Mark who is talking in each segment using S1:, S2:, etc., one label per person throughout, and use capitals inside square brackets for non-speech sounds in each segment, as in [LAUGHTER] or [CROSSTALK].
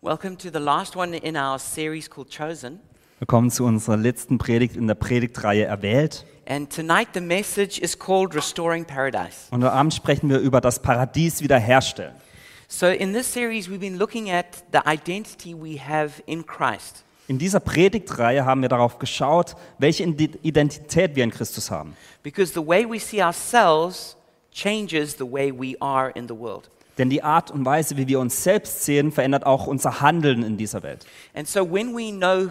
S1: Welcome to the last one in our series called Chosen.
S2: Willkommen zu unserer letzten Predigt in der Predigtreihe Erwählt.
S1: And tonight the message is called Restoring Paradise.
S2: Und heute Abend sprechen wir über das Paradies wiederherstellen.
S1: So, in this series, we've been looking at the identity we have in Christ.
S2: In dieser Predigtreihe haben wir darauf geschaut, welche Ide- Identität wir in Christus haben.
S1: Because the way we see ourselves changes the way we are in the world.
S2: Denn die Art und Weise, wie wir uns selbst sehen, verändert auch unser Handeln in dieser Welt.
S1: And so, when we know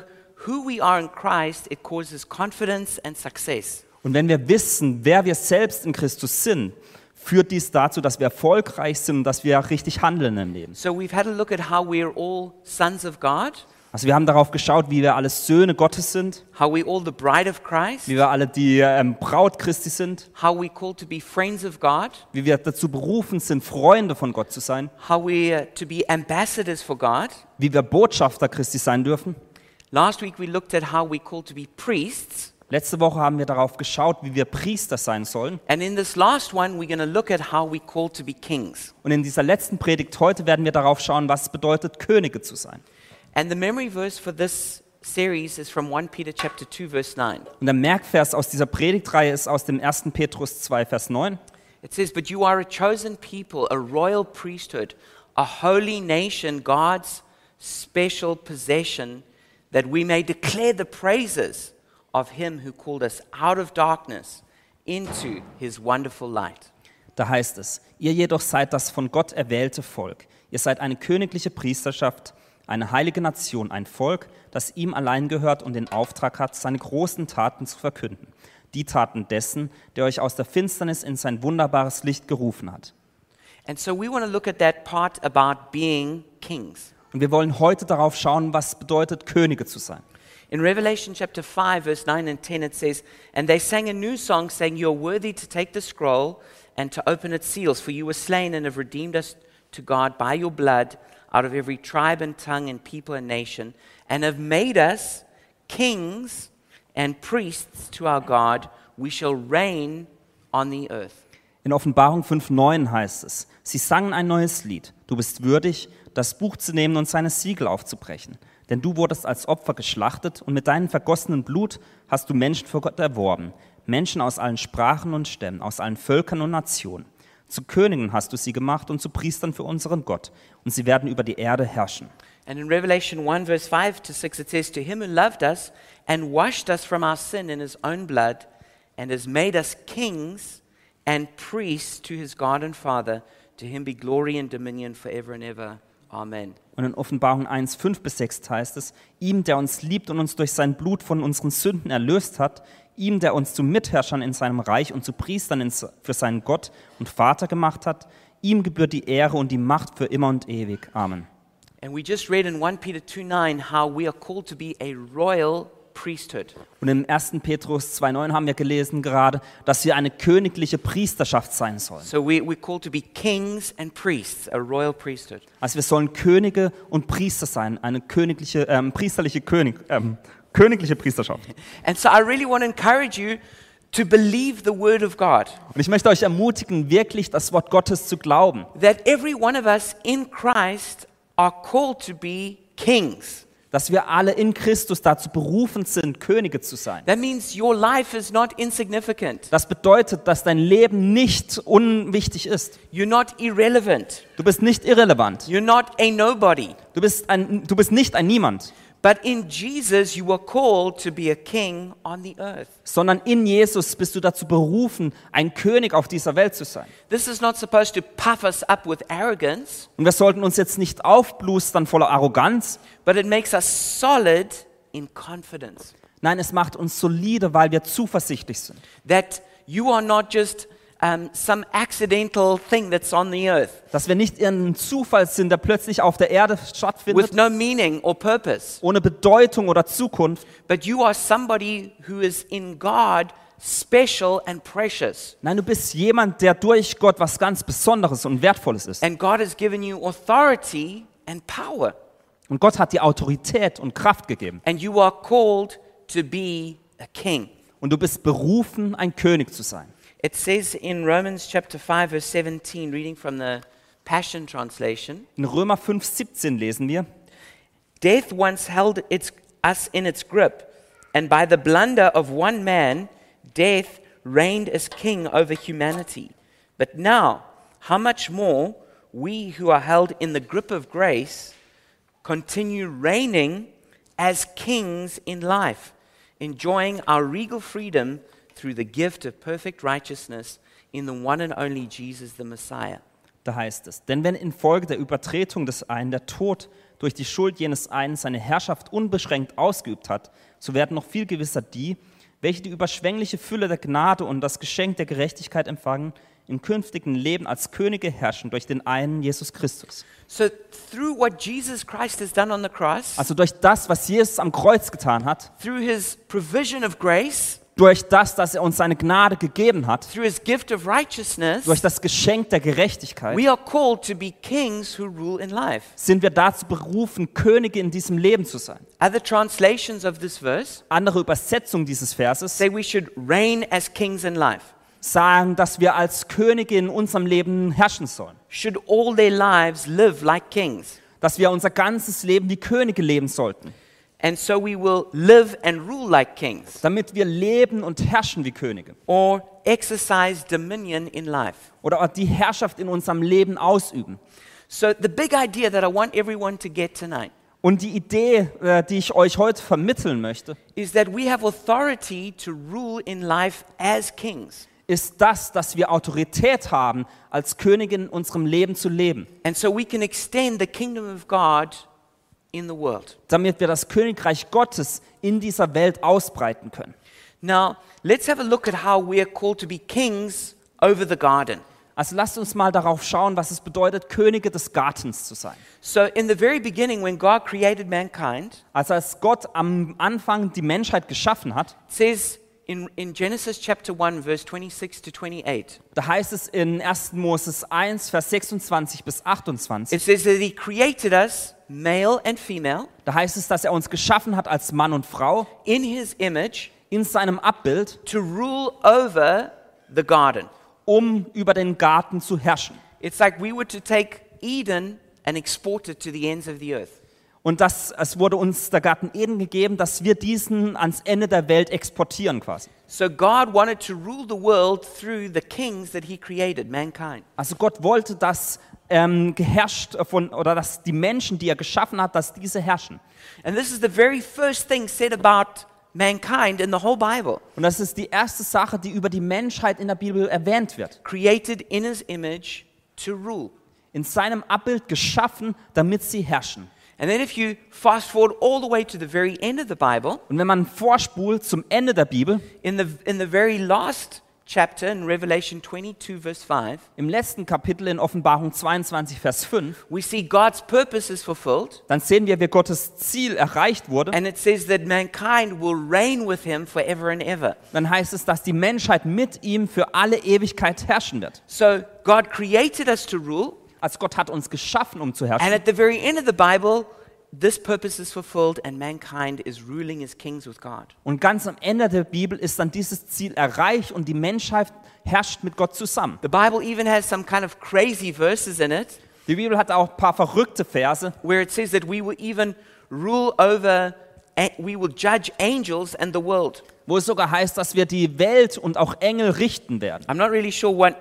S1: who we are in Christ, it causes confidence and success.
S2: Und wenn wir wissen, wer wir selbst in Christus sind, führt dies dazu, dass wir erfolgreich sind und dass wir richtig handeln im Leben.
S1: So, we've had a look at how we're all sons of God,
S2: Also wir haben darauf geschaut, wie wir alle Söhne Gottes sind,
S1: how we're all the bride of Christ,
S2: wie wir alle die ähm, Braut Christi sind,
S1: how we're called to be friends of God,
S2: wie wir dazu berufen sind, Freunde von Gott zu sein.
S1: how we're to be ambassadors for God.
S2: wie wir Botschafter Christi sein dürfen.
S1: Last week, we looked at how we're called to be priests.
S2: Letzte Woche haben wir darauf geschaut, wie wir Priester sein sollen.
S1: And in this last one, we're going to look at how we're called to be kings.
S2: Und in dieser letzten Predigt heute werden wir darauf schauen, was es bedeutet, Könige zu sein.
S1: And the memory verse for this series is from 1 Peter chapter 2 verse 9.
S2: Und der Merkvers aus dieser Predigtreihe ist aus dem 1. Petrus 2, Vers 9.
S1: It says, "But you are a chosen people, a royal priesthood, a holy nation, God's special possession, that we may declare the praises of him who called us out of darkness into his wonderful light."
S2: Da heißt es, ihr jedoch seid das von Gott erwählte Volk. Ihr seid eine königliche Priesterschaft, eine heilige Nation, ein Volk, das ihm allein gehört und den Auftrag hat, seine großen Taten zu verkünden. Die Taten dessen, der euch aus der Finsternis in sein wunderbares Licht gerufen hat.
S1: And so we want to look at that part about being kings.
S2: Und wir wollen heute darauf schauen, was es bedeutet, Könige zu sein.
S1: In Revelation chapter 5, verse 9 and 10, it says, And they sang a new song, saying, You are worthy to take the scroll and to open its seals, for you were slain and have redeemed us to God by your blood out of every tribe and tongue and people and nation, and have made us kings and priests to our God. We shall reign on the earth.
S2: In Offenbarung 5.9 heißt es, sie sangen ein neues Lied. Du bist würdig, das Buch zu nehmen und seine Siegel aufzubrechen. Denn du wurdest als Opfer geschlachtet und mit deinem vergossenen Blut hast du Menschen vor Gott erworben. Menschen aus allen Sprachen und Stämmen, aus allen Völkern und Nationen. Zu Königen hast du sie gemacht und zu Priestern für unseren Gott. Und sie werden über die Erde herrschen.
S1: And in Revelation 1, verse 5 to 6, it says, To him who loved us and washed us from our sin in his own blood, and has made us kings and priests to his God and Father, to him be glory and dominion forever and ever. Amen.
S2: Und in Offenbarung 1, 5 bis 6 heißt es, ihm, der uns liebt und uns durch sein Blut von unseren Sünden erlöst hat, ihm, der uns zu Mitherrschern in seinem Reich und zu Priestern in, für seinen Gott und Vater gemacht hat, ihm gebührt die Ehre und die Macht für immer und ewig. Amen.
S1: And we just read in 1 Peter 2 9 how we are called to be a royal priesthood.
S2: Und im 1. Petrus 2,9 haben wir gelesen gerade, dass wir eine königliche Priesterschaft sein sollen.
S1: So we, we're called to be kings and priests, a royal priesthood.
S2: Also wir sollen Könige und Priester sein, eine königliche, ähm, priesterliche König, ähm, königliche Priesterschaft.
S1: And so I really want to encourage you to believe the word of God.
S2: Und ich möchte euch ermutigen, wirklich das Wort Gottes zu glauben.
S1: that every one of us in Christ are called to be kings.
S2: dass wir alle in Christus dazu berufen sind, Könige zu sein.
S1: That means your life is not insignificant.
S2: Das bedeutet, dass dein Leben nicht unwichtig ist.
S1: You're not irrelevant.
S2: Du bist nicht irrelevant.
S1: You're not a nobody.
S2: Du bist, ein, du bist nicht ein Niemand,
S1: But in Jesus, you were called to be a king on the earth.
S2: sondern in Jesus bist du dazu berufen, ein König auf dieser Welt zu sein.
S1: This is not supposed to puff us up with arrogance,
S2: Und wir sollten uns jetzt nicht aufblustern voller Arroganz.
S1: but it makes us solid in confidence
S2: Nein, es macht uns solide, weil wir zuversichtlich sind.
S1: that you are not just um, some accidental thing that's on the earth
S2: Dass wir nicht irgendein Zufall sind, der plötzlich auf der Erde
S1: with
S2: stattfindet,
S1: no meaning or purpose.
S2: ohne Bedeutung oder Zukunft.
S1: But you are somebody who is in God special and precious.
S2: Nein, du bist jemand, der durch Gott was ganz Besonderes und Wertvolles ist.
S1: And God has given you authority and power.
S2: Und Gott hat dir Autorität und Kraft gegeben.
S1: And you are called to be a king.
S2: Und du bist berufen, ein König zu sein.
S1: It says in Romans chapter 5, verse 17, reading from the Passion Translation
S2: In Römer 5, 17 lesen wir,
S1: Death once held its, us in its grip, and by the blunder of one man, death reigned as king over humanity. But now, how much more we who are held in the grip of grace continue reigning as kings in life, enjoying our regal freedom through the gift of perfect righteousness in the one and only Jesus, the Messiah.
S2: Da heißt es, denn wenn infolge der Übertretung des einen der Tod durch die Schuld jenes einen seine Herrschaft unbeschränkt ausgeübt hat, so werden noch viel gewisser die, welche die überschwängliche Fülle der Gnade und das Geschenk der Gerechtigkeit empfangen, im künftigen Leben als Könige herrschen durch den einen Jesus Christus.
S1: So, through what Jesus Christ has done on the cross,
S2: Also durch das, was Jesus am Kreuz getan hat,
S1: through his provision of grace,
S2: durch das, dass er uns seine Gnade gegeben hat,
S1: through his gift of righteousness,
S2: durch das Geschenk der Gerechtigkeit,
S1: we are called to be kings who rule in life.
S2: sind wir dazu berufen, Könige in diesem Leben zu sein.
S1: Other translations of this verse
S2: Andere Übersetzungen dieses Verses
S1: say we should reign as kings in life.
S2: sagen, dass wir als Könige in unserem Leben herrschen sollen,
S1: Should all their lives live like kings.
S2: dass wir unser ganzes Leben wie Könige leben sollten,
S1: And so we will live and rule like kings
S2: damit wir leben und herrschen wie Könige
S1: or exercise dominion in life.
S2: oder auch die Herrschaft in unserem Leben ausüben.
S1: So, the big idea that I want everyone to get tonight
S2: Und die Idee, äh, die ich euch heute vermitteln möchte,
S1: is that we have authority to rule in life as kings.
S2: ist das, dass wir Autorität haben, als Könige in unserem Leben zu leben,
S1: And so we can extend the kingdom of God in the world.
S2: damit wir das Königreich Gottes in dieser Welt ausbreiten können.
S1: Now, let's have a look at how we are called to be kings over the garden.
S2: Also lasst uns mal darauf schauen, was es bedeutet, Könige des Gartens zu sein.
S1: So, in the very beginning, when God created mankind,
S2: Also als Gott am Anfang die Menschheit geschaffen hat,
S1: it says in, in Genesis chapter 1, verse 26 to 28,
S2: da heißt es in 1. Moses 1, Vers 26 bis
S1: it
S2: 28,
S1: says that He created us, male and female,
S2: da heißt es, dass er uns geschaffen hat als Mann und Frau
S1: in His image
S2: in seinem Abbild,
S1: to rule over the garden.
S2: um über den Garten zu herrschen.
S1: It's like we were to take Eden and export it to the ends of the earth.
S2: Und das, es wurde uns der Garten Eden gegeben, dass wir diesen ans Ende der Welt exportieren quasi.
S1: So, God wanted to rule the world through the kings that He created, mankind.
S2: Also Gott wollte, dass ähm, geherrscht von, oder dass die Menschen, die er geschaffen hat, dass diese herrschen.
S1: And this is the very first thing said about mankind in the whole Bible.
S2: Und das ist die erste Sache, die über die Menschheit in der Bibel erwähnt wird.
S1: Created in his image to rule.
S2: In seinem Abbild geschaffen, damit sie herrschen.
S1: And then if you fast forward all the way to the very end of the Bible,
S2: Und wenn man vorspult zum Ende der Bibel,
S1: in the, in the very last chapter in Revelation 22, verse 5,
S2: im letzten Kapitel in Offenbarung 22, Vers 5,
S1: we see God's purpose is fulfilled.
S2: dann sehen wir, wie Gottes Ziel erreicht wurde.
S1: And it says that mankind will reign with him forever and ever.
S2: dann heißt es, dass die Menschheit mit ihm für alle Ewigkeit herrschen wird.
S1: So God created us to rule.
S2: Also Gott hat uns geschaffen, um zu
S1: And
S2: herrschen.
S1: at the very end of the Bible, this purpose is fulfilled and mankind is ruling as kings with God.
S2: Und ganz am Ende der Bibel ist dann dieses Ziel erreicht und die Menschheit herrscht mit Gott zusammen.
S1: The Bible even has some kind of crazy verses in it
S2: Die Bibel hat auch ein paar verrückte Verse,
S1: where it says that we will even rule over, a- we will judge angels and the world.
S2: wo es sogar heißt, dass wir die Welt und auch Engel richten werden.
S1: I'm not really sure what,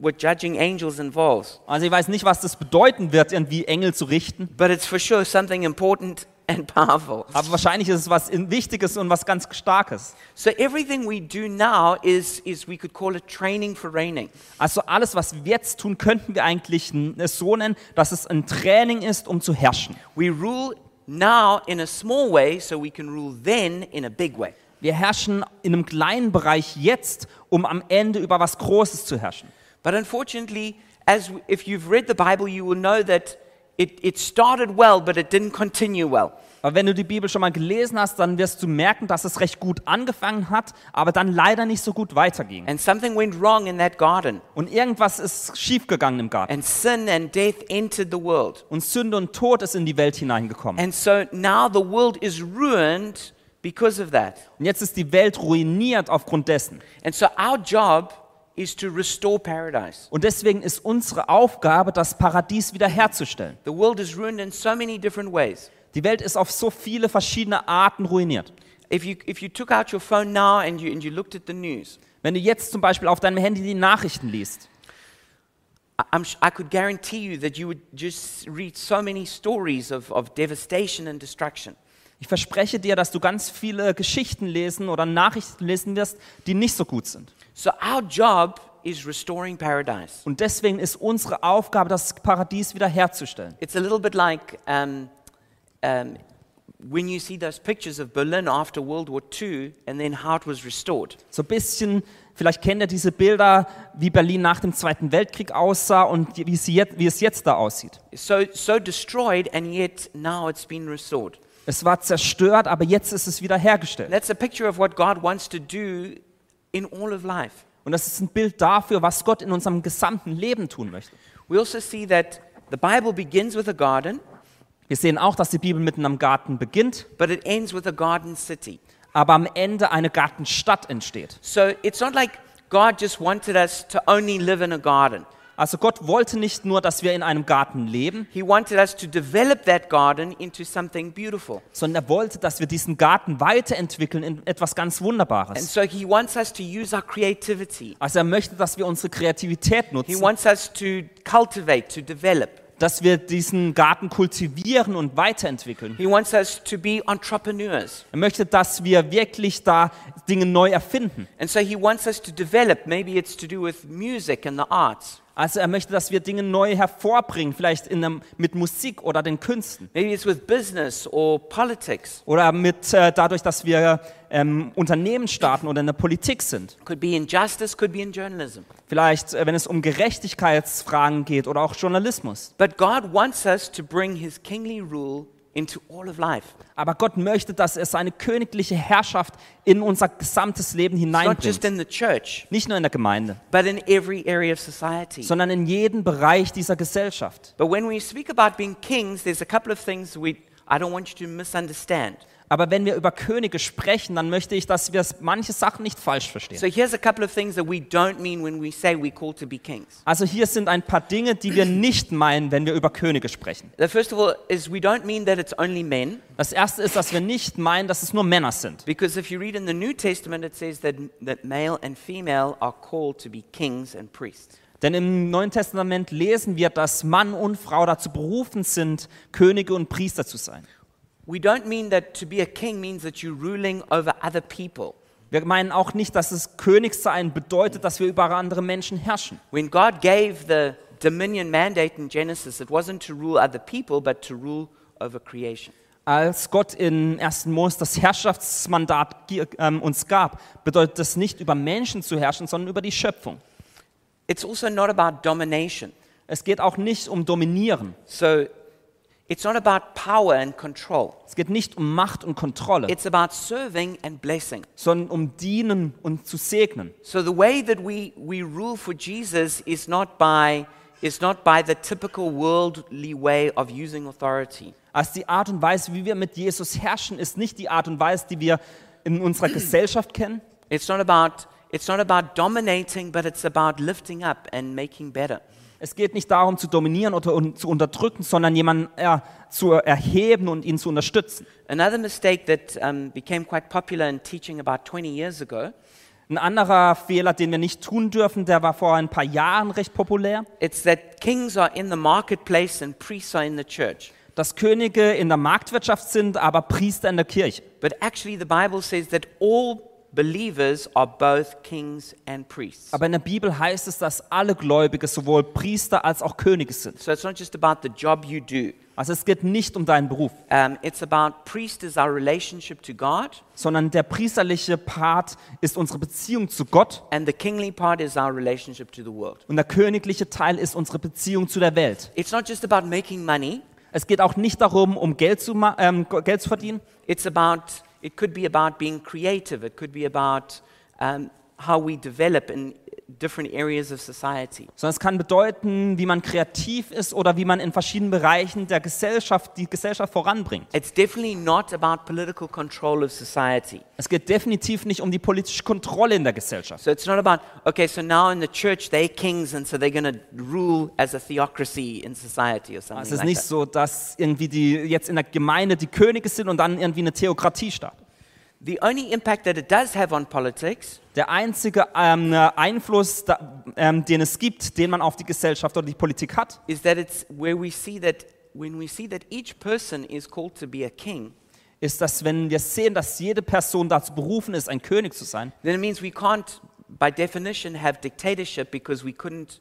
S1: what judging angels involves,
S2: Also ich weiß nicht, was das bedeuten wird, irgendwie Engel zu richten,
S1: but it's for sure something important [LAUGHS] and powerful.
S2: aber wahrscheinlich ist es was in- Wichtiges und was ganz Starkes.
S1: So everything we do now is, is we could call it training for reigning.
S2: Also alles, was wir jetzt tun, könnten wir eigentlich n- es so nennen, dass es ein Training ist, um zu herrschen.
S1: We rule now in a small way so we can rule then in a big way.
S2: Wir herrschen in einem kleinen Bereich jetzt, um am Ende über was Großes zu herrschen.
S1: But unfortunately, as w- if you've read the Bible, you will know that it, it started well, but it didn't continue well.
S2: Aber wenn du die Bibel schon mal gelesen hast, dann wirst du merken, dass es recht gut angefangen hat, aber dann leider nicht so gut weiterging.
S1: And something went wrong in that garden.
S2: Und irgendwas ist schiefgegangen im Garten.
S1: And sin and death entered the world.
S2: Und Sünde und Tod ist in die Welt hineingekommen.
S1: And so now the world is ruined because of that.
S2: Und jetzt ist die Welt ruiniert aufgrund dessen.
S1: And so our job is to restore paradise.
S2: Und deswegen ist unsere Aufgabe, das Paradies wiederherzustellen.
S1: The world is ruined in so many different ways.
S2: Die Welt ist auf so viele verschiedene Arten ruiniert.
S1: If you, if you took out your phone now and you, and you looked at the news,
S2: Wenn du jetzt zum Beispiel auf deinem Handy die Nachrichten liest,
S1: I- I'm, sh- I could guarantee you that you would just read so many stories of, of devastation and destruction.
S2: ich verspreche dir, dass du ganz viele Geschichten lesen oder Nachrichten lesen wirst, die nicht so gut sind.
S1: So our job is restoring paradise.
S2: Und deswegen ist unsere Aufgabe, das Paradies wiederherzustellen.
S1: It's a little bit like um, um, when you see those pictures of Berlin after World War II and then how it was restored.
S2: So ein bisschen, vielleicht kennt ihr diese Bilder, wie Berlin nach dem Zweiten Weltkrieg aussah und wie, sie jetzt, wie es jetzt da aussieht.
S1: So, so destroyed, and yet now it's been restored.
S2: Es war zerstört, aber jetzt ist es wiederhergestellt.
S1: That's a picture of what God wants to do in all of life.
S2: Und das ist ein Bild dafür, was Gott in unserem gesamten Leben tun möchte.
S1: We also see that the Bible begins with a garden,
S2: Wir sehen auch, dass die Bibel mitten am Garten beginnt,
S1: but it ends with a garden city.
S2: aber am Ende eine Gartenstadt entsteht.
S1: So it's not like God just wanted us to only live in a garden.
S2: Also Gott wollte nicht nur, dass wir in einem Garten leben,
S1: He wanted us to develop that garden into something beautiful.
S2: sondern er wollte, dass wir diesen Garten weiterentwickeln in etwas ganz
S1: And
S2: Wunderbares.
S1: so he wants us to use our creativity.
S2: Also er möchte, dass wir unsere Kreativität
S1: He
S2: nutzen,
S1: wants us to cultivate, to develop.
S2: dass wir diesen Garten kultivieren und weiterentwickeln.
S1: He wants us to be entrepreneurs.
S2: Er möchte, dass wir wirklich da Dinge neu erfinden.
S1: And so he wants us to develop. Maybe it's to do with music and the arts.
S2: Also er möchte, dass wir Dinge neu hervorbringen, vielleicht in einem, mit Musik oder den Künsten
S1: Maybe it's with business or politics.
S2: oder mit äh, dadurch, dass wir ähm, Unternehmen starten oder in der Politik sind.
S1: Could be in justice, could be in journalism.
S2: Vielleicht, äh, wenn es um Gerechtigkeitsfragen geht oder auch Journalismus.
S1: But God wants us to bring his kingly rule into all of life.
S2: Aber Gott möchte, dass er seine königliche Herrschaft in unser gesamtes Leben
S1: It's not just
S2: hineinbringt.
S1: in the church,
S2: Nicht nur in der Gemeinde,
S1: but in every area of society.
S2: sondern in jeden Bereich dieser Gesellschaft.
S1: But when we speak about being kings, there's a couple of things we, I don't want you to misunderstand.
S2: Aber wenn wir über Könige sprechen, dann möchte ich, dass wir s- manche Sachen nicht falsch verstehen.
S1: So here's a couple of things that we don't mean when we say we're called to be kings.
S2: Also hier sind ein paar Dinge, die wir nicht meinen, wenn wir über Könige sprechen.
S1: The first of all is we don't mean that it's only men,
S2: Das erste ist, dass wir nicht meinen, dass es nur Männer sind.
S1: because if you read in the New Testament, it says that, that male and female are called to be kings and priests.
S2: Denn im Neuen Testament lesen wir, dass Mann und Frau dazu berufen sind, Könige und Priester zu sein.
S1: We don't mean that to be a king means that you're ruling over other people.
S2: Wir meinen auch nicht, dass es Königsein bedeutet, dass wir über andere Menschen herrschen.
S1: When God gave the dominion mandate in Genesis, it wasn't to rule other people, but to rule over creation.
S2: Als Gott in 1. Mose das Herrschaftsmandat gi- ähm, uns gab, bedeutet das nicht, über Menschen zu herrschen, sondern über die Schöpfung.
S1: It's also not about domination.
S2: Es geht auch nicht um Dominieren.
S1: So it's not about power and control.
S2: Es geht nicht um Macht und Kontrolle,
S1: It's about serving and blessing.
S2: sondern um Dienen und zu segnen.
S1: So the way that we, we rule for Jesus is not by is not by the typical worldly way of using authority.
S2: Also die Art und Weise, wie wir mit Jesus herrschen, ist nicht die Art und Weise, die wir in unserer Gesellschaft kennen.
S1: It's not about it's not about dominating, but it's about lifting up and making better.
S2: Es geht nicht darum, zu dominieren oder un zu unterdrücken, sondern jemanden ja, zu erheben und ihn zu unterstützen.
S1: Another mistake that um, became quite popular in teaching about 20 years ago,
S2: Ein anderer Fehler, den wir nicht tun dürfen, der war vor ein paar Jahren recht populär,
S1: it's that kings are in the marketplace and priests are in the church.
S2: dass Könige in der Marktwirtschaft sind, aber Priester in der Kirche.
S1: But actually, the Bible says that all believers are both kings and priests.
S2: Aber in der Bibel heißt es, dass alle Gläubige sowohl Priester als auch Könige sind.
S1: So it's not just about the job you do.
S2: Also es geht nicht um deinen Beruf,
S1: Um, it's about priest is our relationship to God,
S2: sondern der priesterliche Part ist unsere Beziehung zu Gott
S1: and the kingly part is our relationship to the world.
S2: und der königliche Teil ist unsere Beziehung zu der Welt.
S1: It's not just about making money.
S2: Es geht auch nicht darum, um Geld zu, ma- ähm, Geld zu verdienen,
S1: It's about it could be about being creative. It could be about um, how we develop and different areas of society.
S2: sondern es kann bedeuten, wie man kreativ ist oder wie man in verschiedenen Bereichen der Gesellschaft die Gesellschaft voranbringt.
S1: It's definitely not about political control of society.
S2: Es geht definitiv nicht um die politische Kontrolle in der Gesellschaft.
S1: So it's not about, okay, so now in the church they're kings and so they're going to rule as a theocracy in society or something
S2: Ah, Es ist
S1: like
S2: nicht
S1: that.
S2: so, dass irgendwie die jetzt in der Gemeinde die Könige sind und dann irgendwie eine Theokratie startet.
S1: The only impact that it does have on politics
S2: Der einzige ähm, Einfluss, da, ähm, den es gibt, den man auf die Gesellschaft oder die Politik hat,
S1: is that it's where we see that when we see that each person is called to be a king,
S2: ist, dass wenn wir sehen, dass jede Person dazu berufen ist, ein König zu sein,
S1: then it means we can't, by definition, have dictatorship because we couldn't,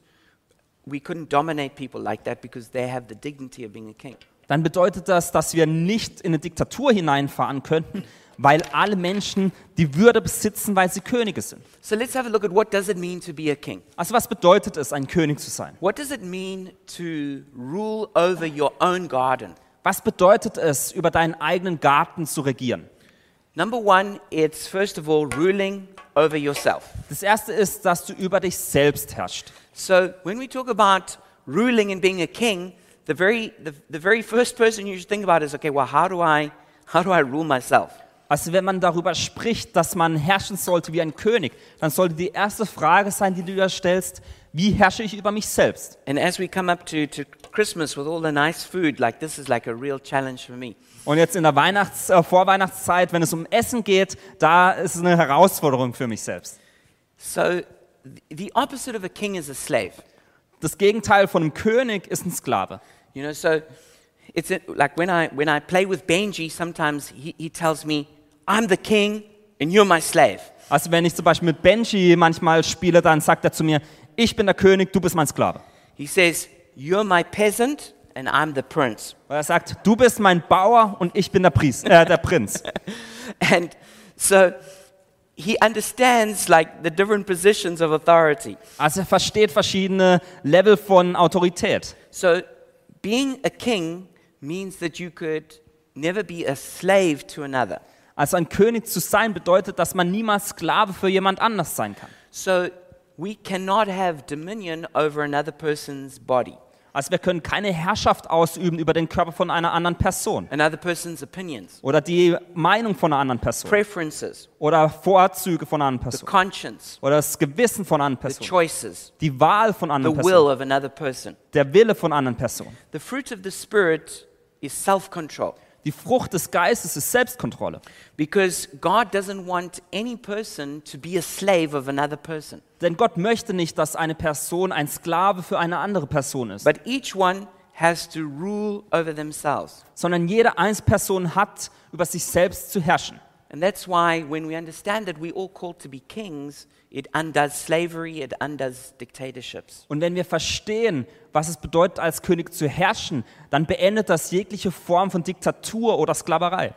S1: we couldn't dominate people like that because they have the dignity of being a king.
S2: dann bedeutet das, dass wir nicht in eine Diktatur hineinfahren könnten, weil alle Menschen die Würde besitzen, weil sie Könige sind.
S1: So let's have a look at what does it mean to be a king.
S2: Also was bedeutet es, ein König zu sein?
S1: What does it mean to rule over your own garden?
S2: Was bedeutet es, über deinen eigenen Garten zu regieren?
S1: Number one, it's first of all ruling over yourself.
S2: Das erste ist, dass du über dich selbst herrschst.
S1: So when we talk about ruling and being a king, the very, the, the very first person you should think about is okay, well, how do I, how do I rule myself?
S2: Also wenn man darüber spricht, dass man herrschen sollte wie ein König, dann sollte die erste Frage sein, die du dir stellst, wie herrsche ich über mich selbst?
S1: And as we come up to, to Christmas with all the nice food, like this is like a real challenge for me.
S2: Und jetzt in der Weihnachts äh, Vorweihnachtszeit, wenn es um Essen geht, da ist es eine Herausforderung für mich selbst.
S1: So th- the opposite of a king is a slave.
S2: Das Gegenteil von einem König ist ein Sklave.
S1: You know, so it's a- like when I, when I play with Benji, sometimes he, he tells me, I'm the king and you're my slave.
S2: Also wenn ich zum Beispiel mit Benji manchmal spiele, dann sagt er zu mir, ich bin der König, du bist mein Sklave.
S1: He says, You're my peasant and I'm the prince. [LAUGHS]
S2: Weil er sagt, du bist mein Bauer und ich bin der, Priest, äh, der Prinz.
S1: And so he understands like the different positions of authority.
S2: Also er versteht verschiedene Level von Autorität.
S1: So being a king means that you could never be a slave to another.
S2: Also ein König zu sein bedeutet, dass man niemals Sklave für jemand anders sein kann.
S1: So we cannot have dominion over another person's body,
S2: Also wir können keine Herrschaft ausüben über den Körper von einer anderen Person
S1: another person's opinions,
S2: oder die Meinung von einer anderen Person
S1: preferences,
S2: oder Vorzüge von einer anderen
S1: the
S2: Person
S1: conscience,
S2: oder das Gewissen von einer anderen
S1: the
S2: Person,
S1: choices,
S2: die Wahl von
S1: the
S2: anderen
S1: will
S2: Personen,
S1: of another person.
S2: der Wille von anderen Personen.
S1: The fruit of the Spirit is self control.
S2: Die Frucht des Geistes ist Selbstkontrolle,
S1: Because God doesn't want any person to be a slave of another person.
S2: denn Gott möchte nicht, dass eine Person ein Sklave für eine andere Person ist,
S1: But each one has to rule over themselves.
S2: sondern jede einzelne Person hat über sich selbst zu herrschen.
S1: And that's why when we understand that we're all called to be kings, it undoes slavery, it undoes dictatorships.
S2: Und wenn wir verstehen, was es bedeutet, als König zu herrschen, dann beendet das jegliche Form von Diktatur oder Sklaverei.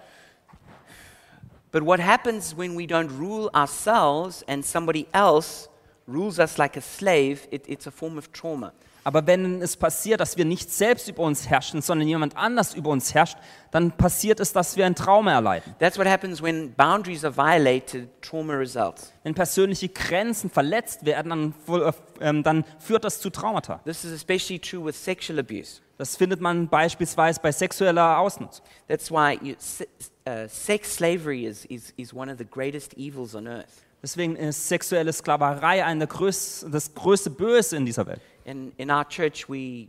S1: But what happens when we don't rule ourselves and somebody else rules us like a slave, it, it's a form of trauma.
S2: Aber wenn es passiert, dass wir nicht selbst über uns herrschen, sondern jemand anders über uns herrscht, dann passiert es, dass wir ein Trauma erleiden.
S1: That's what happens when boundaries are violated, trauma results.
S2: Wenn persönliche Grenzen verletzt werden, dann, fu- ähm, dann führt das zu Traumata.
S1: This is especially true with sexual abuse.
S2: Das findet man beispielsweise bei sexueller Ausnutzung.
S1: That's why you, se- uh, sex slavery is, is, is one of the greatest evils on earth.
S2: Deswegen ist sexuelle Sklaverei eine der größ das größte Böse in dieser Welt.
S1: In, in our church, we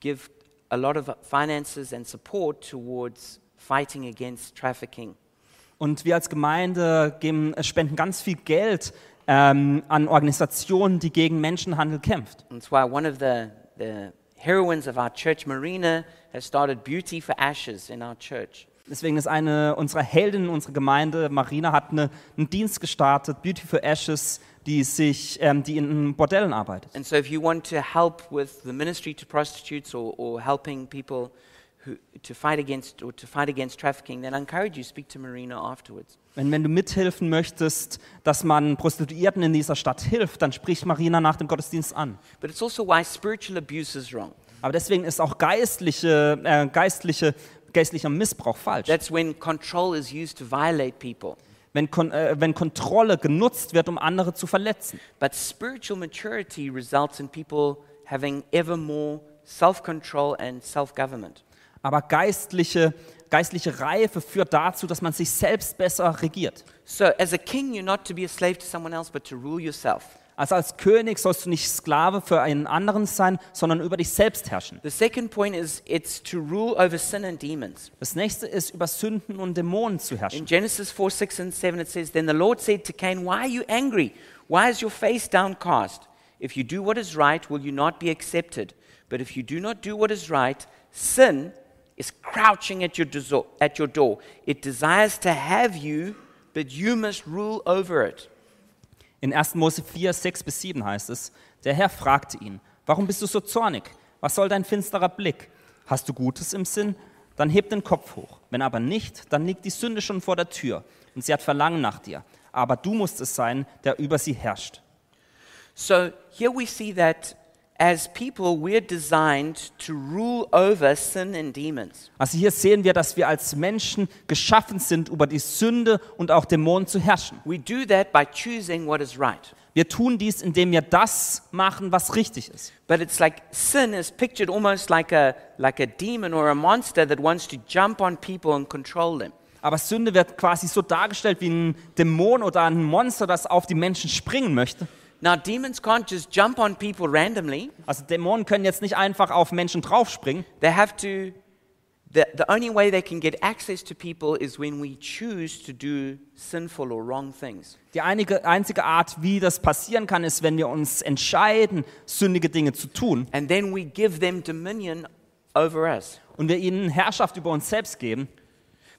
S1: give a lot of finances and support towards fighting against trafficking.
S2: Und wir als Gemeinde geben, äh, spenden ganz viel Geld ähm, an Organisationen, die gegen Menschenhandel kämpft.
S1: That's why one of the, the heroines of our church, Marina, has started Beauty for Ashes in our church.
S2: Deswegen ist eine unserer Heldinnen unserer Gemeinde, Marina, hat eine, einen Dienst gestartet, Beauty for Ashes, die sich, ähm, die in Bordellen arbeitet.
S1: And so, if you want to help with the ministry to prostitutes or, or helping people who, to fight against or to fight against trafficking, then I encourage you speak to Marina afterwards.
S2: Wenn, wenn du mithilfen möchtest, dass man Prostituierten in dieser Stadt hilft, dann sprich Marina nach dem Gottesdienst an.
S1: But it's also why spiritual abuse is wrong.
S2: Aber deswegen ist auch geistliche, äh, geistliche, geistlicher Missbrauch falsch.
S1: That's when control is used to violate people.
S2: wenn, Kon äh, wenn Kontrolle genutzt wird, um andere zu verletzen.
S1: But spiritual maturity results in people having ever more self control and self government.
S2: Aber geistliche, geistliche Reife führt dazu, dass man sich selbst besser regiert.
S1: So, as a king, you're not to be a slave to someone else, but to rule yourself.
S2: Also als König sollst du nicht Sklave für einen anderen sein, sondern über dich selbst herrschen.
S1: The second point is it's to rule over sin and demons.
S2: Das nächste ist, über Sünden und Dämonen zu
S1: In
S2: herrschen.
S1: Genesis 4 6 and 7, it says, Then the Lord said to Cain, Why are you angry? Why is your face downcast? If you do what is right, will you not be accepted? But if you do not do what is right, sin is crouching at your, deso- at your door. It desires to have you, but you must rule over it.
S2: In 1. Mose 4, 6 bis 7 heißt es, der Herr fragte ihn, warum bist du so zornig? Was soll dein finsterer Blick? Hast du Gutes im Sinn? Dann heb den Kopf hoch. Wenn aber nicht, dann liegt die Sünde schon vor der Tür und sie hat Verlangen nach dir. Aber du musst es sein, der über sie herrscht.
S1: So here we see that as people, we're designed to rule over sin and demons.
S2: Also hier sehen wir, dass wir als Menschen geschaffen sind, über die Sünde und auch Dämonen zu herrschen.
S1: We do that by choosing what is right.
S2: Wir tun dies, indem wir das machen, was richtig ist.
S1: But it's like sin is pictured almost like a, like a demon or a monster that wants to jump on people and control them.
S2: Aber Sünde wird quasi so dargestellt wie ein Dämon oder ein Monster, das auf die Menschen springen möchte.
S1: Now, demons can't just jump on people randomly.
S2: Also Dämonen können jetzt nicht einfach auf Menschen draufspringen.
S1: They have to, the, the only way they can get access to people is when we choose to do sinful or wrong things.
S2: Die einige, einzige Art, wie das passieren kann, ist, wenn wir uns entscheiden, sündige Dinge zu tun
S1: And then we give them dominion over us.
S2: und wir ihnen Herrschaft über uns selbst geben.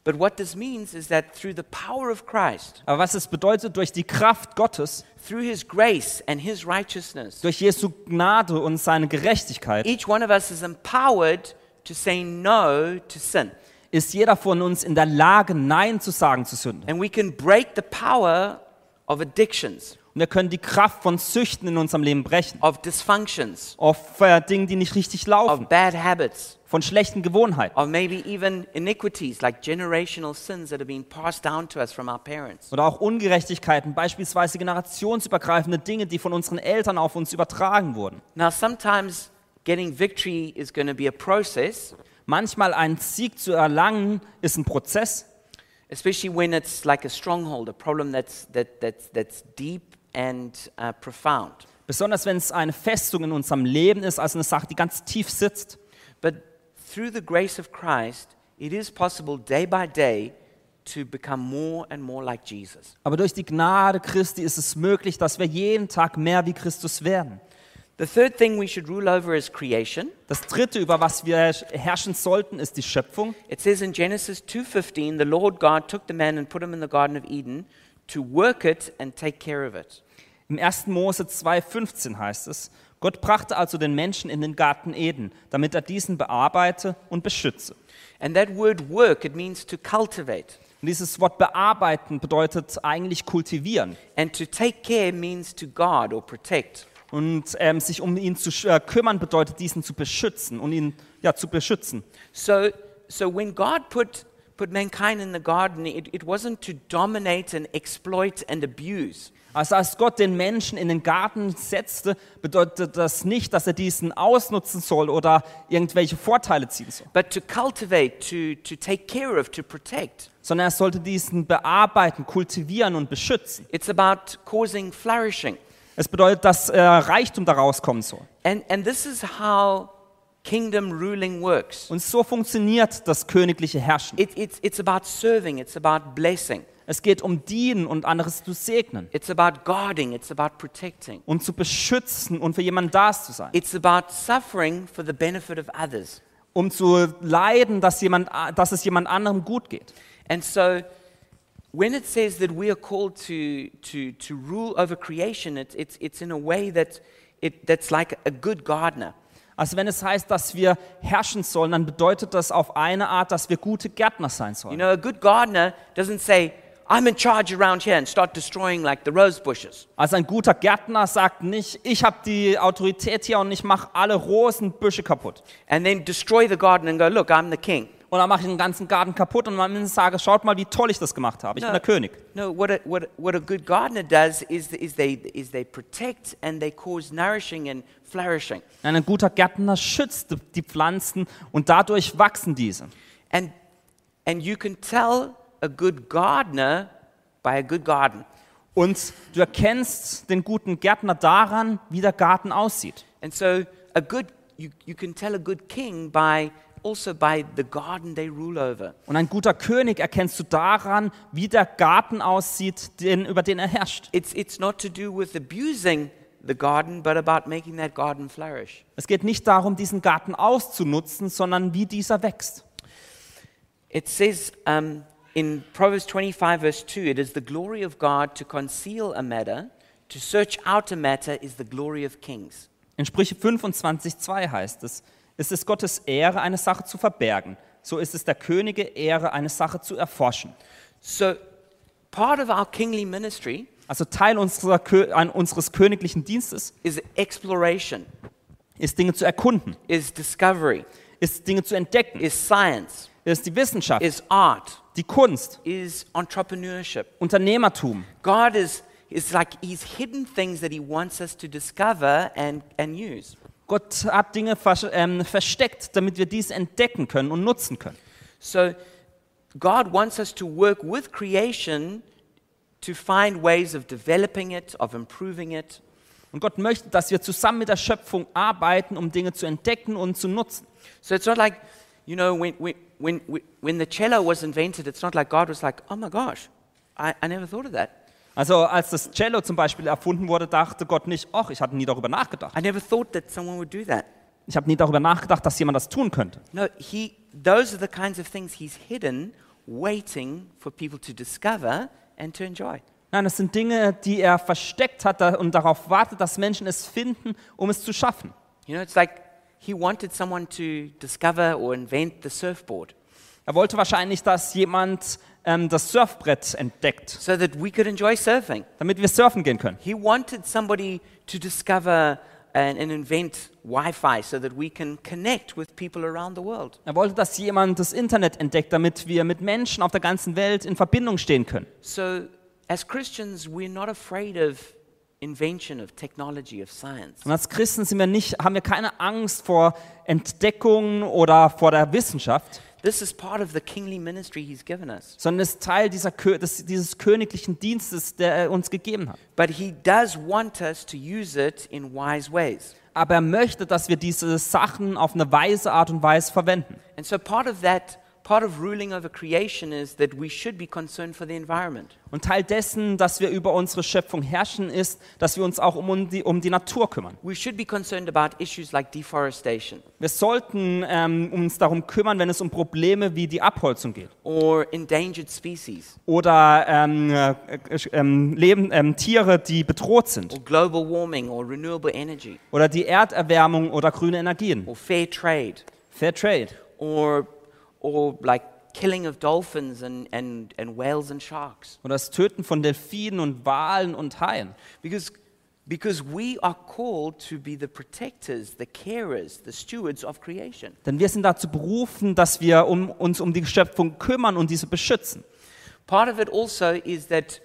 S1: But what this means is that through the power of Christ,
S2: Aber was es bedeutet, durch die Kraft Gottes,
S1: through his grace and his righteousness,
S2: durch Jesu Gnade und seine Gerechtigkeit,
S1: each one of us is empowered to say no to sin.
S2: ist jeder von uns in der Lage, Nein zu sagen zu Sünde.
S1: And we can break the power of addictions,
S2: Und wir können die Kraft von Süchten in unserem Leben brechen.
S1: of dysfunctions,
S2: Auf äh, Dinge, die nicht richtig laufen,
S1: of bad habits,
S2: von schlechten Gewohnheiten.
S1: of maybe even iniquities like generational sins that have been passed down to us from our parents.
S2: Oder auch Ungerechtigkeiten, beispielsweise generationsübergreifende Dinge, die von unseren Eltern auf uns übertragen wurden.
S1: Now, sometimes getting victory is going to be a process,
S2: Manchmal einen Sieg zu erlangen, ist ein Prozess,
S1: especially when it's like a stronghold, a problem that's, that, that's, that's deep and uh, profound.
S2: besonders wenn es eine Festung in unserem Leben ist, also eine Sache, die ganz tief sitzt.
S1: But through the grace of Christ, it is possible day by day to become more and more like Jesus.
S2: Aber durch die Gnade Christi ist es möglich, dass wir jeden Tag mehr wie Christus werden.
S1: The third thing we should rule over is creation.
S2: Das dritte, über was wir herrschen sollten, ist die Schöpfung.
S1: It says in Genesis 2:15, the Lord God took the man and put him in the garden of Eden to work it and take care of it.
S2: Im 1. Mose 2,15 heißt es: Gott brachte also den Menschen in den Garten Eden, damit er diesen bearbeite und beschütze.
S1: And that word work it means to cultivate.
S2: Und dieses Wort bearbeiten bedeutet eigentlich kultivieren
S1: And to take care means to guard or protect.
S2: und ähm, sich um ihn zu sch- äh, kümmern bedeutet diesen zu beschützen und ihn ja zu beschützen.
S1: So so when God put put mankind in the garden, it, it wasn't to dominate and exploit and abuse.
S2: Also als Gott den Menschen in den Garten setzte, bedeutet das nicht, dass er diesen ausnutzen soll oder irgendwelche Vorteile ziehen soll,
S1: but to cultivate, to, to take care of, to protect.
S2: sondern er sollte diesen bearbeiten, kultivieren und beschützen.
S1: It's about causing flourishing.
S2: Es bedeutet, dass äh, Reichtum daraus kommen soll.
S1: And, and this is how kingdom ruling works
S2: Und so funktioniert das königliche Herrschen.
S1: it, it's, it's about serving, it's about blessing,
S2: Es geht um Dienen und anderes zu segnen
S1: it's about guarding, it's about protecting,
S2: und zu beschützen und für jemanden da zu sein.
S1: it's about suffering for the benefit of others.
S2: Um zu leiden, dass, jemand, a- dass es jemand anderem gut geht.
S1: And so when it says that we are called to, to, to rule over creation, it, it's, it's in a way that it, that's like a good gardener.
S2: Also wenn es heißt, dass wir herrschen sollen, dann bedeutet das auf eine Art, dass wir gute Gärtner sein
S1: You
S2: sollen.
S1: know, a good gardener doesn't say, I'm in charge around here and start destroying like the rose bushes.
S2: Also ein guter Gärtner sagt nicht, ich habe die Autorität hier und ich mache alle Rosenbüsche kaputt.
S1: And then destroy the garden and go, look, I'm the king.
S2: und dann mache ich den ganzen Garten kaputt und am Ende sage, schaut mal, wie toll ich das gemacht habe. Ich bin der König.
S1: No, what a, what, a- what a good gardener does is, is, they, is they protect and they cause nourishing and flourishing.
S2: Nein, ein guter Gärtner schützt die Pflanzen und dadurch wachsen diese.
S1: And, and you can tell a good gardener by a good garden.
S2: Und du erkennst den guten Gärtner daran, wie der Garten aussieht.
S1: And so a good, you, you can tell a good king by also by the garden they rule over.
S2: Und ein guter König erkennst du daran, wie der Garten aussieht, den, über den er herrscht.
S1: It's, it's not to do with abusing the garden, but about making that garden flourish.
S2: Es geht nicht darum, diesen Garten auszunutzen, sondern wie dieser wächst.
S1: It says um, in Proverbs 25, verse 2, it is the glory of God to conceal a matter, to search out a matter is the glory of kings.
S2: In Sprüche 25,2 heißt es, es ist Gottes Ehre, eine Sache zu verbergen. So ist es der Könige Ehre, eine Sache zu erforschen.
S1: So, part of our kingly ministry
S2: Also Teil unserer, Kö- ein- unseres königlichen Dienstes
S1: is exploration,
S2: ist, Dinge zu erkunden,
S1: is discovery,
S2: ist Dinge zu entdecken,
S1: is science,
S2: ist die Wissenschaft,
S1: is art,
S2: die Kunst,
S1: is entrepreneurship.
S2: Unternehmertum.
S1: God is, is like He's hidden things that He wants us to discover and, and use.
S2: Gott hat Dinge versch ähm, versteckt, damit wir dies entdecken können und nutzen können.
S1: So, God wants us to work with creation to find ways of developing it, of improving it.
S2: Und Gott möchte, dass wir zusammen mit der Schöpfung arbeiten, um Dinge zu entdecken und zu nutzen.
S1: So, it's not like, you know, when, when, when, when the cello was invented, it's not like God was like, oh my gosh, I, I never thought of that.
S2: Also als das Cello zum Beispiel erfunden wurde, dachte Gott nicht, ach, ich hatte nie darüber nachgedacht.
S1: I never thought that someone would do that.
S2: Ich habe nie darüber nachgedacht, dass jemand das tun könnte.
S1: No, he, those are the kinds of things He's hidden, waiting for people to discover and to enjoy.
S2: Nein, das sind Dinge, die er versteckt hat da- und darauf wartet, dass Menschen es finden, um es zu schaffen.
S1: You know, it's like he wanted someone to discover or invent the surfboard
S2: Er wollte wahrscheinlich, dass jemand ähm, das Surfbrett entdeckt,
S1: so that we could enjoy surfing.
S2: damit wir surfen gehen können.
S1: He wanted somebody to discover and, and invent Wi Fi so that we can connect with people around the world.
S2: Er wollte, dass jemand das Internet entdeckt, damit wir mit Menschen auf der ganzen Welt in Verbindung stehen können.
S1: So, as Christians, we're not afraid of invention, of technology, of science.
S2: Und als Christen sind wir nicht, haben wir keine Angst vor Entdeckungen oder vor der Wissenschaft,
S1: This is part of the kingly ministry he's given us.
S2: sondern ist Teil dieser, Kö- des, dieses königlichen Dienstes, der er uns gegeben hat.
S1: But he does want us to use it in wise ways.
S2: Aber er möchte, dass wir diese Sachen auf eine weise Art und Weise verwenden.
S1: And so part of that, part of ruling over creation is that we should be concerned for the environment.
S2: Und Teil dessen, dass wir über unsere Schöpfung herrschen, ist, dass wir uns auch um, un- die, um die Natur kümmern.
S1: We should be concerned about issues like deforestation
S2: Wir sollten ähm, uns darum kümmern, wenn es um Probleme wie die Abholzung geht
S1: or endangered species
S2: oder ähm, äh, äh, ähm, Leben, ähm, Tiere, die bedroht sind.
S1: or global warming or renewable energy
S2: oder die Erderwärmung oder grüne Energien.
S1: or fair trade
S2: Fair Trade.
S1: or, or like killing of dolphins and, and, and whales and sharks.
S2: Oder das Töten von Delfinen und Walen und Haien.
S1: Because, because we are called to be the protectors, the carers, the stewards of creation.
S2: Denn wir sind dazu berufen, dass wir um, uns um die Schöpfung kümmern und diese beschützen.
S1: Part of it also is that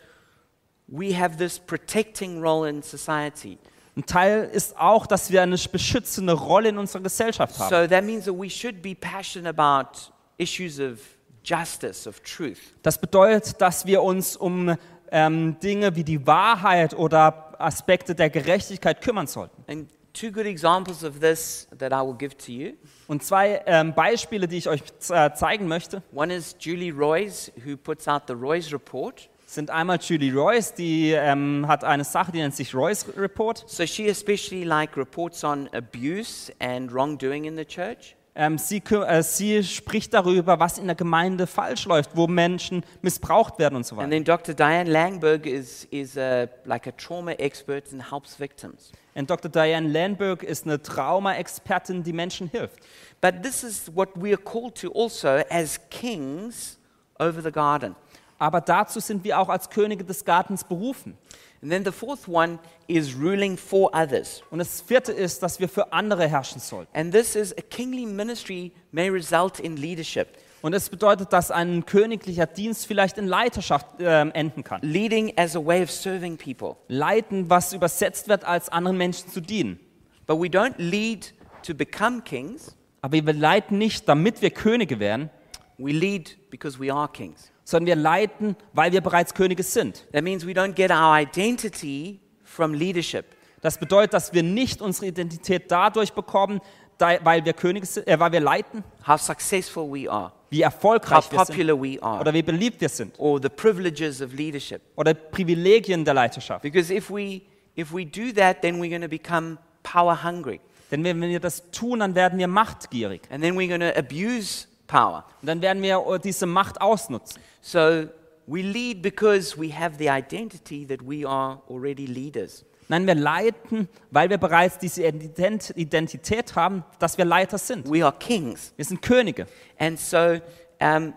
S1: we have this protecting role in society.
S2: Ein Teil ist auch, dass wir eine beschützende Rolle in unserer Gesellschaft haben.
S1: So that means that we should be passionate about issues of justice, of truth.
S2: Das bedeutet, dass wir uns um ähm, Dinge wie die Wahrheit oder Aspekte der Gerechtigkeit kümmern sollten.
S1: And two good examples of this that I will give to you.
S2: Und zwei ähm, Beispiele, die ich euch äh, zeigen möchte,
S1: One is Julie Royce, who puts out the Royce Report.
S2: sind einmal Julie Royce, die ähm, hat eine Sache, die nennt sich Royce Report.
S1: So she especially like reports on abuse and wrongdoing in the church.
S2: Ähm, sie, kü- äh, sie spricht darüber, was in der Gemeinde falsch läuft, wo Menschen missbraucht werden und so
S1: And
S2: weiter.
S1: then Dr. Diane Langberg is, is a, like a trauma expert and helps victims.
S2: Und Dr. Diane Landberg ist eine Trauma-Expertin, die Menschen hilft.
S1: But this is what we are called to also as kings over the garden.
S2: Aber dazu sind wir auch als Könige des Gartens berufen.
S1: And then the fourth one is ruling for others.
S2: Und das vierte ist, dass wir für andere herrschen sollten.
S1: And this is a kingly ministry may result in leadership.
S2: Und es bedeutet, dass ein königlicher Dienst vielleicht in Leiterschaft ähm, enden kann.
S1: leading as a way of serving people.
S2: Leiten, was übersetzt wird, als anderen Menschen zu dienen.
S1: But we don't lead to become kings,
S2: Aber wir leiten nicht, damit wir Könige werden,
S1: we lead because we are kings.
S2: sondern wir leiten, weil wir bereits Könige sind.
S1: That means we don't get our identity from leadership.
S2: Das bedeutet, dass wir nicht unsere Identität dadurch bekommen, da, weil, wir Könige sind, äh, weil wir leiten,
S1: how successful we are,
S2: wie
S1: how
S2: erfolgreich wir sind
S1: popular we are,
S2: Ah. oder wie beliebt wir sind
S1: or the privileges of leadership.
S2: oder Privilegien der Leiterschaft.
S1: Because if we, if we do that, then we're going to become power hungry.
S2: Denn wenn wir das tun, dann werden wir machtgierig
S1: And then we're going to abuse power.
S2: und dann werden wir äh, diese Macht ausnutzen.
S1: So we lead because we have the identity that we are already leaders.
S2: Nein, wir leiten, weil wir bereits diese Ident- Identität haben, dass wir Leiter sind.
S1: We are kings.
S2: Wir sind Könige.
S1: And so um,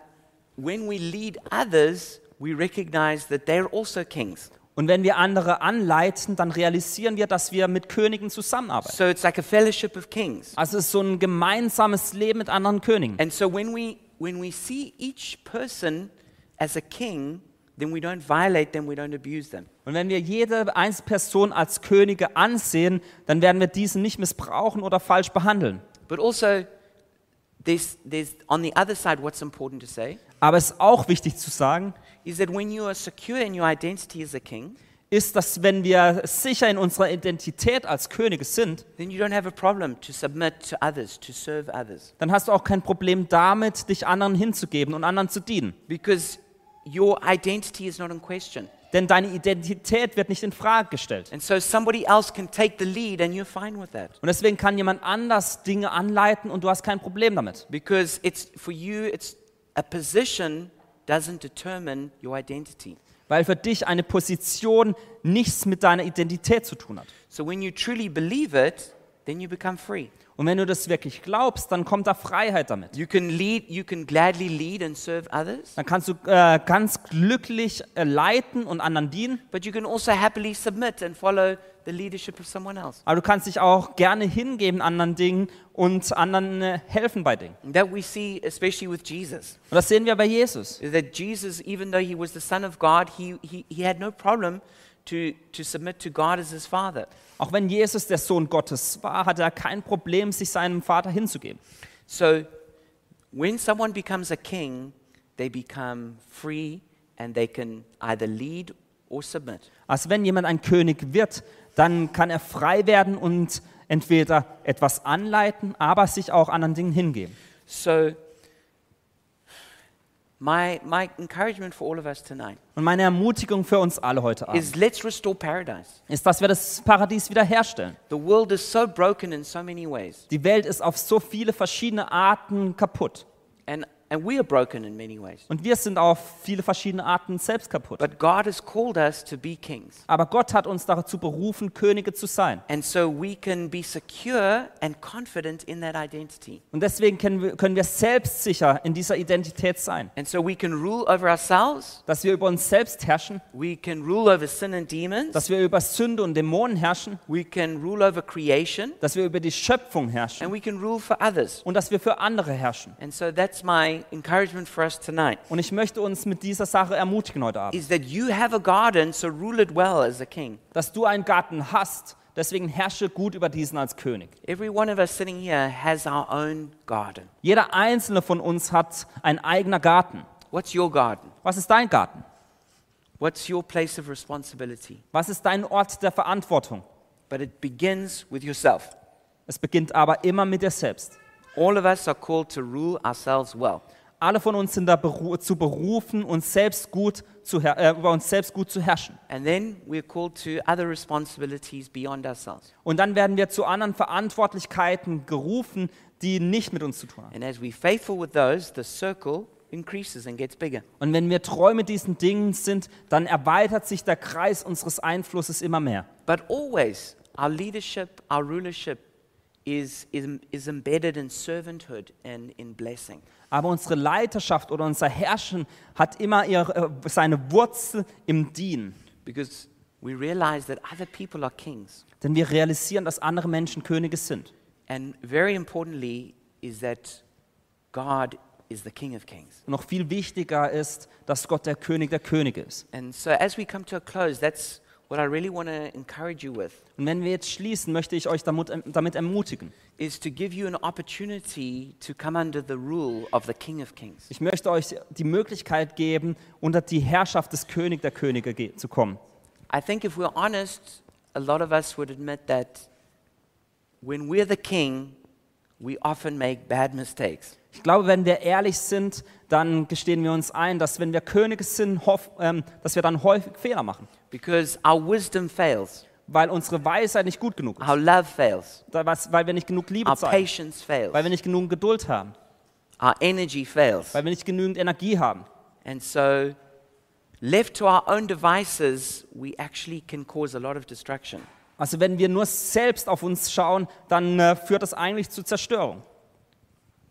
S1: when we lead others, we recognize that they're also kings.
S2: Und wenn wir andere anleiten, dann realisieren wir, dass wir mit Königen zusammenarbeiten.
S1: So it's like a fellowship of kings.
S2: Also es ist so ein gemeinsames Leben mit anderen Königen.
S1: And so when we when we see each person as a king, then we don't violate them, we don't abuse them.
S2: Und wenn wir jede einzelne Person als Könige ansehen, dann werden wir diesen nicht missbrauchen oder falsch behandeln.
S1: But also there's, there's on the other side what's important to say
S2: Aber es ist auch wichtig zu sagen,
S1: is that when you are secure in your identity as a king,
S2: ist, dass wenn wir sicher in unserer Identität als Könige sind,
S1: then you don't have a problem to submit to others, to serve others.
S2: dann hast du auch kein Problem damit, dich anderen hinzugeben und anderen zu dienen.
S1: Because your identity is not in question.
S2: Denn deine Identität wird nicht in Frage gestellt.
S1: And so somebody else can take the lead and you're fine with that.
S2: Und deswegen kann jemand anders Dinge anleiten und du hast kein Problem damit.
S1: Because it's for you it's a position doesn't determine your identity.
S2: Weil für dich eine Position nichts mit deiner Identität zu tun hat.
S1: So when you truly believe it, then you become free.
S2: Und wenn du das wirklich glaubst, dann kommt da Freiheit damit.
S1: You can lead, you can gladly lead and serve others,
S2: Dann kannst du äh, ganz glücklich äh, leiten und anderen dienen,
S1: but you can also happily submit and follow the leadership of someone else.
S2: aber du kannst dich auch gerne hingeben anderen Dingen und anderen äh, helfen bei Dingen.
S1: And that we see especially with Jesus.
S2: Und das sehen wir bei Jesus.
S1: is That Jesus, even though he was the Son of God, he, he, he had no problem to, to submit to God as his Father.
S2: Auch wenn Jesus der Sohn Gottes war, hatte er kein Problem, sich seinem Vater hinzugeben.
S1: So when someone becomes a king, they become free and they can either lead or submit.
S2: Also wenn jemand ein König wird, dann kann er frei werden und entweder etwas anleiten, aber sich auch anderen Dingen hingeben.
S1: So, my, my encouragement for all of us tonight
S2: Und meine Ermutigung für uns alle heute Abend
S1: is let's restore paradise.
S2: ist, dass wir das Paradies wiederherstellen.
S1: The world is so broken in so many ways,
S2: Die Welt ist auf so viele verschiedene Arten kaputt.
S1: and, and we are broken in many ways.
S2: Und wir sind auf viele verschiedene Arten selbst kaputt.
S1: But God has called us to be kings.
S2: Aber Gott hat uns dazu berufen, Könige zu sein.
S1: And so we can be secure and confident in that identity.
S2: Und deswegen können wir, können wir selbstsicher in dieser Identität sein.
S1: And so we can rule over ourselves,
S2: Dass wir über uns selbst herrschen,
S1: we can rule over sin and demons,
S2: dass wir über Sünde und Dämonen herrschen,
S1: we can rule over creation,
S2: dass wir über die Schöpfung herrschen
S1: and we can rule for others.
S2: und dass wir für andere herrschen.
S1: And so that's my encouragement for us tonight.
S2: Und ich möchte uns mit dieser Sache ermutigen heute Abend,
S1: is that you have a garden, so rule it well as a king.
S2: dass du einen Garten hast, deswegen herrsche gut über diesen als König.
S1: Every one of us sitting here has our own garden.
S2: Jeder einzelne von uns hat einen eigenen Garten.
S1: What's your garden?
S2: Was ist dein Garten?
S1: What's your place of responsibility?
S2: Was ist dein Ort der Verantwortung?
S1: But it begins with yourself.
S2: Es beginnt aber immer mit dir selbst.
S1: All of us are called to rule ourselves well.
S2: Alle von uns sind da beru zu berufen, uns selbst gut zu her- äh, über uns selbst gut zu herrschen.
S1: And then we're called to other responsibilities beyond ourselves.
S2: Und dann werden wir zu anderen Verantwortlichkeiten gerufen, die nicht mit uns zu tun haben.
S1: And as we're faithful with those, the circle increases and gets bigger.
S2: Und wenn wir treu mit diesen Dingen sind, dann erweitert sich der Kreis unseres Einflusses immer mehr.
S1: But always, our leadership, our rulership is, is, is embedded in servanthood and in blessing.
S2: Aber unsere Leiterschaft oder unser Herrschen hat immer ihre, äh, seine Wurzel im Dienen.
S1: Because we realize that other people are kings.
S2: Denn wir realisieren, dass andere Menschen Könige sind.
S1: And very importantly, is that God is the King of Kings.
S2: Und noch viel wichtiger ist, dass Gott der König der Könige ist.
S1: And so, as we come to a close, that's what I really want to encourage you with
S2: Und wenn wir jetzt schließen, möchte ich euch damit, damit ermutigen.
S1: is to give you an opportunity to come under the rule of the King of Kings.
S2: Ich möchte euch die Möglichkeit geben, unter die Herrschaft des König der Könige ge- zu kommen.
S1: I think if we're honest, a lot of us would admit that when we're the king, we often make bad mistakes.
S2: Ich glaube, wenn wir ehrlich sind, dann gestehen wir uns ein, dass wenn wir Könige sind, hoff, ähm, dass wir dann häufig Fehler machen,
S1: Because our wisdom fails,
S2: weil unsere Weisheit nicht gut genug ist,
S1: our love fails,
S2: da- was- weil wir nicht genug Liebe
S1: our
S2: zeigen,
S1: Ah, patience fails,
S2: weil wir nicht genug Geduld haben,
S1: our energy fails.
S2: weil wir nicht genügend Energie haben.
S1: And so, left to our own devices, we actually can cause a lot of destruction.
S2: Also wenn wir nur selbst auf uns schauen, dann äh, führt das eigentlich zu Zerstörung.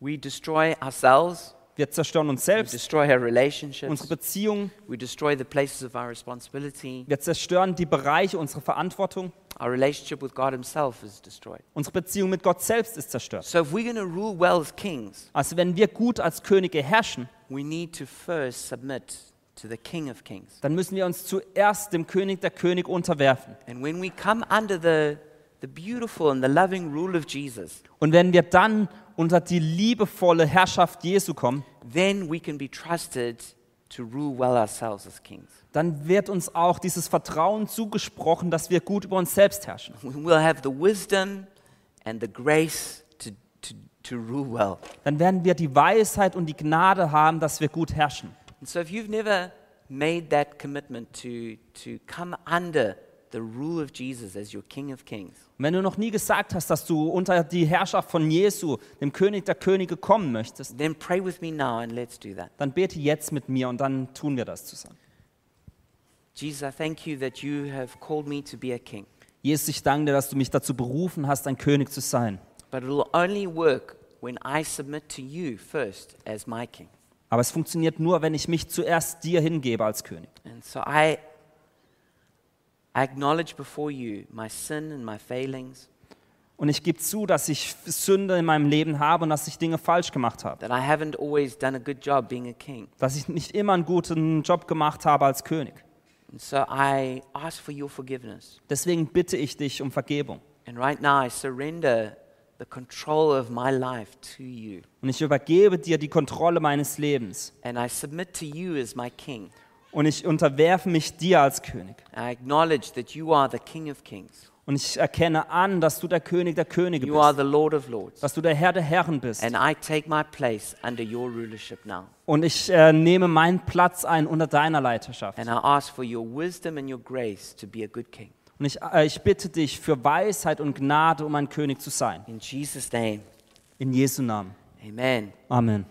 S1: We destroy ourselves,
S2: Wir zerstören uns
S1: we
S2: selbst,
S1: destroy our
S2: unsere
S1: relationships,
S2: Beziehungen,
S1: we destroy the places of our responsibility.
S2: wir zerstören die Bereiche unserer Verantwortung,
S1: Our relationship with God Himself is destroyed.
S2: unsere Beziehung mit Gott selbst ist zerstört.
S1: So, if we're going to rule well as kings,
S2: Also wenn wir gut als Könige herrschen,
S1: we need to first submit to the King of Kings.
S2: dann müssen wir uns zuerst dem König der König unterwerfen.
S1: And when we come under the, the beautiful and the loving rule of Jesus,
S2: Und wenn wir dann unter die liebevolle Herrschaft Jesu kommen,
S1: then we can be trusted to rule well ourselves as kings. [LAUGHS]
S2: dann wird uns auch dieses Vertrauen zugesprochen, dass wir gut über uns selbst herrschen.
S1: We will have the wisdom and the grace to, to, to rule well.
S2: Dann werden wir die Weisheit und die Gnade haben, dass wir gut herrschen.
S1: And so, if you've never made that commitment to, to come under the rule of Jesus as your King of Kings,
S2: Und wenn du noch nie gesagt hast, dass du unter die Herrschaft von Jesu, dem König der Könige, kommen möchtest,
S1: then pray with me now and let's do that.
S2: dann bete jetzt mit mir und dann tun wir das zusammen.
S1: Jesus, I thank you that you have called me to be a king,
S2: Jesus, ich danke dir, dass du mich dazu berufen hast, ein König zu sein.
S1: but it will only work when I submit to you first as my king.
S2: Aber es funktioniert nur, wenn ich mich zuerst dir hingebe als König.
S1: And so I, I acknowledge before you my sin and my failings,
S2: Und ich gebe zu, dass ich Sünde in meinem Leben habe und dass ich Dinge falsch gemacht habe.
S1: that I haven't always done a good job being a king.
S2: Dass ich nicht immer einen guten Job gemacht habe als König.
S1: And so I ask for your forgiveness.
S2: Deswegen bitte ich dich um Vergebung.
S1: And right now I surrender the control of my life to you.
S2: Und ich übergebe dir die Kontrolle meines Lebens.
S1: And I submit to you as my king.
S2: Und ich unterwerfe mich dir als König.
S1: I acknowledge that you are the King of Kings.
S2: Und ich erkenne an, dass du der König der Könige
S1: You are
S2: bist.
S1: the Lord of Lords.
S2: Dass du der Herr der Herren bist.
S1: And I take my place under your rulership now.
S2: Und ich äh, nehme meinen Platz ein unter deiner Leiterschaft.
S1: And I ask for your wisdom and your grace to be a good king.
S2: Und ich, äh, ich bitte dich für Weisheit und Gnade, um ein König zu sein.
S1: In Jesus' name,
S2: In Jesu Namen.
S1: amen.
S2: Amen.